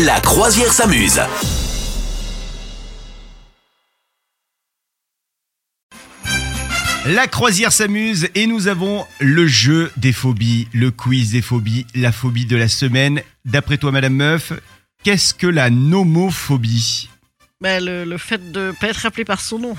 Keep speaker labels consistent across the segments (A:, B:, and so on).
A: La croisière s'amuse.
B: La croisière s'amuse et nous avons le jeu des phobies, le quiz des phobies, la phobie de la semaine. D'après toi, Madame Meuf, qu'est-ce que la nomophobie
C: Bah, le, le fait de pas être appelé par son nom.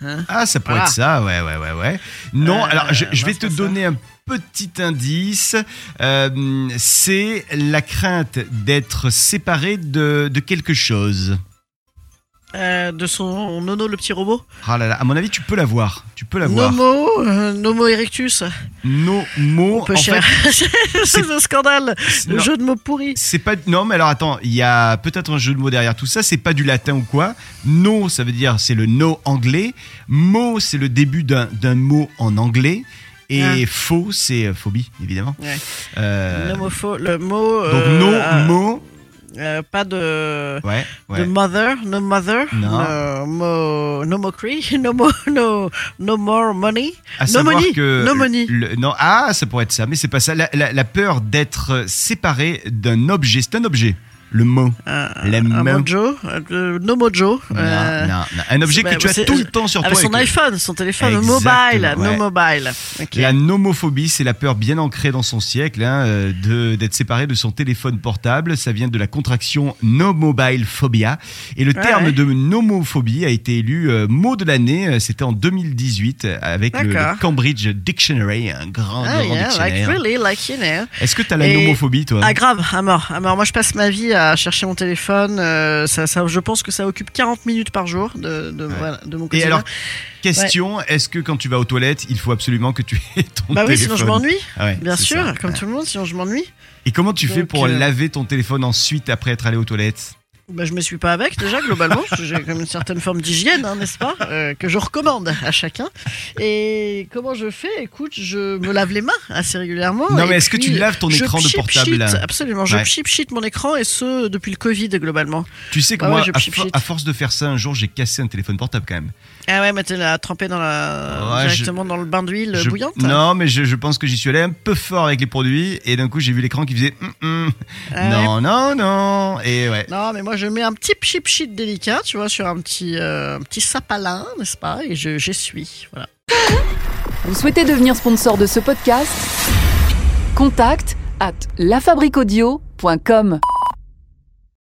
C: Hein
B: Ah, ça pourrait
C: Ah.
B: être ça, ouais, ouais, ouais, ouais. Non,
C: Euh,
B: alors je, je
C: non,
B: vais
C: c'est
B: te
C: pas ça.
B: donner un petit indice. Euh, C'est la crainte d'être séparé de, de quelque chose.
C: Euh, de son nono le petit robot.
B: Ah là là, à mon avis, tu peux l'avoir. Tu peux l'avoir.
C: Nomo, euh, Nomo Erectus.
B: Nomo.
C: Peu
B: en fait,
C: cher. c'est un scandale. Le
B: non.
C: jeu de mots pourri.
B: C'est pas non mais alors attends, il y a peut-être un jeu de mots derrière tout ça, c'est pas du latin ou quoi. No ça veut dire c'est le no anglais, mo c'est le début d'un d'un mot en anglais et
C: Ah.
B: faux c'est euh, phobie évidemment.
C: Ouais.
B: Euh,
C: Nomopho- le mot.
B: donc
C: euh,
B: no
C: euh,
B: mo
C: euh, pas de.
B: ouais
C: De
B: ouais.
C: mother, no mother,
B: Non.
C: no, mo, no mockery, no, mo, no, no more money.
B: À
C: no
B: savoir
C: money,
B: que
C: no money.
B: le- non ah ça pourrait être ça mais c'est pas ça la, la- la peur d'être euh, séparé d'un objet c'est un objet le mot
C: Un-
B: La
C: Euh, un
B: main.
C: mojo, euh, no mojo.
B: Non,
C: euh,
B: non, non. un objet
C: bah,
B: que tu as
C: c'est-
B: tout le temps sur
C: Avec
B: toi et
C: son
B: que-
C: iPhone, son téléphone
B: Exactement,
C: mobile,
B: ouais.
C: no mobile. Ok.
B: La nomophobie, c'est la peur bien ancrée dans son siècle hein, euh, de- d'être séparé de son téléphone portable. Ça vient de la contraction no mobile phobia. Et le
C: Ouais,
B: terme
C: ouais.
B: de nomophobie a été élu euh, mot de l'année. euh, C'était en 2018 euh, avec le,
C: D'accord.
B: le Cambridge Dictionary, un grand,
C: Ah,
B: grand
C: yeah, like
B: dictionnaire.
C: really, like you know.
B: Est-ce que tu as la
C: Et-
B: nomophobie, toi
C: Ah grave, à mort, à mort. Moi, je passe ma vie à chercher mon téléphone. euh, ça, ça, je pense que ça occupe 40 minutes par jour de, de, voilà, de mon
B: Et
C: quotidien.
B: alors, question, est-ce que quand tu vas aux toilettes, il faut absolument que tu aies ton
C: bah oui,
B: téléphone
C: sinon je m'ennuie,
B: Ah ouais,
C: bien
B: c'est
C: sûr,
B: ça.
C: comme tout le monde, sinon je m'ennuie.
B: Et comment tu fais
C: Donc,
B: pour
C: euh,
B: laver ton téléphone ensuite après être allé aux toilettes
C: Bah, je me suis pas avec déjà globalement. J'ai quand même une certaine forme d'hygiène, hein, n'est-ce pas, euh, que je recommande à chacun. Et comment je fais Écoute, je me lave les mains assez régulièrement.
B: Non,
C: Oh, et
B: mais est-ce que tu
C: puis,
B: laves ton
C: je
B: écran de portable
C: pchipchite,
B: là
C: Absolument, je
B: Ouais.
C: pchipchite mon écran et ce depuis le Covid globalement.
B: Tu sais que
C: Bah Ouais,
B: moi,
C: ouais, je
B: à,
C: pchit,
B: fo-
C: pchit.
B: à force de faire ça, un jour, j'ai cassé un téléphone portable quand même.
C: Ah ouais, mais t'es là trempé dans la
B: Ouais,
C: directement dans le bain d'huile
B: Je-
C: bouillante.
B: Non, mais je, je pense que j'y suis allé un peu fort avec les produits et d'un coup, j'ai vu l'écran qui faisait Hum, hum.
C: Ah ouais.
B: non, non, non. Et ouais.
C: Non, mais moi je mets un petit chip shit délicat, tu vois, sur un petit euh, un petit sapalin, n'est-ce pas, et je j'essuie. Voilà.
D: Vous souhaitez devenir sponsor de ce podcast Contact à lafabriquaudio.com.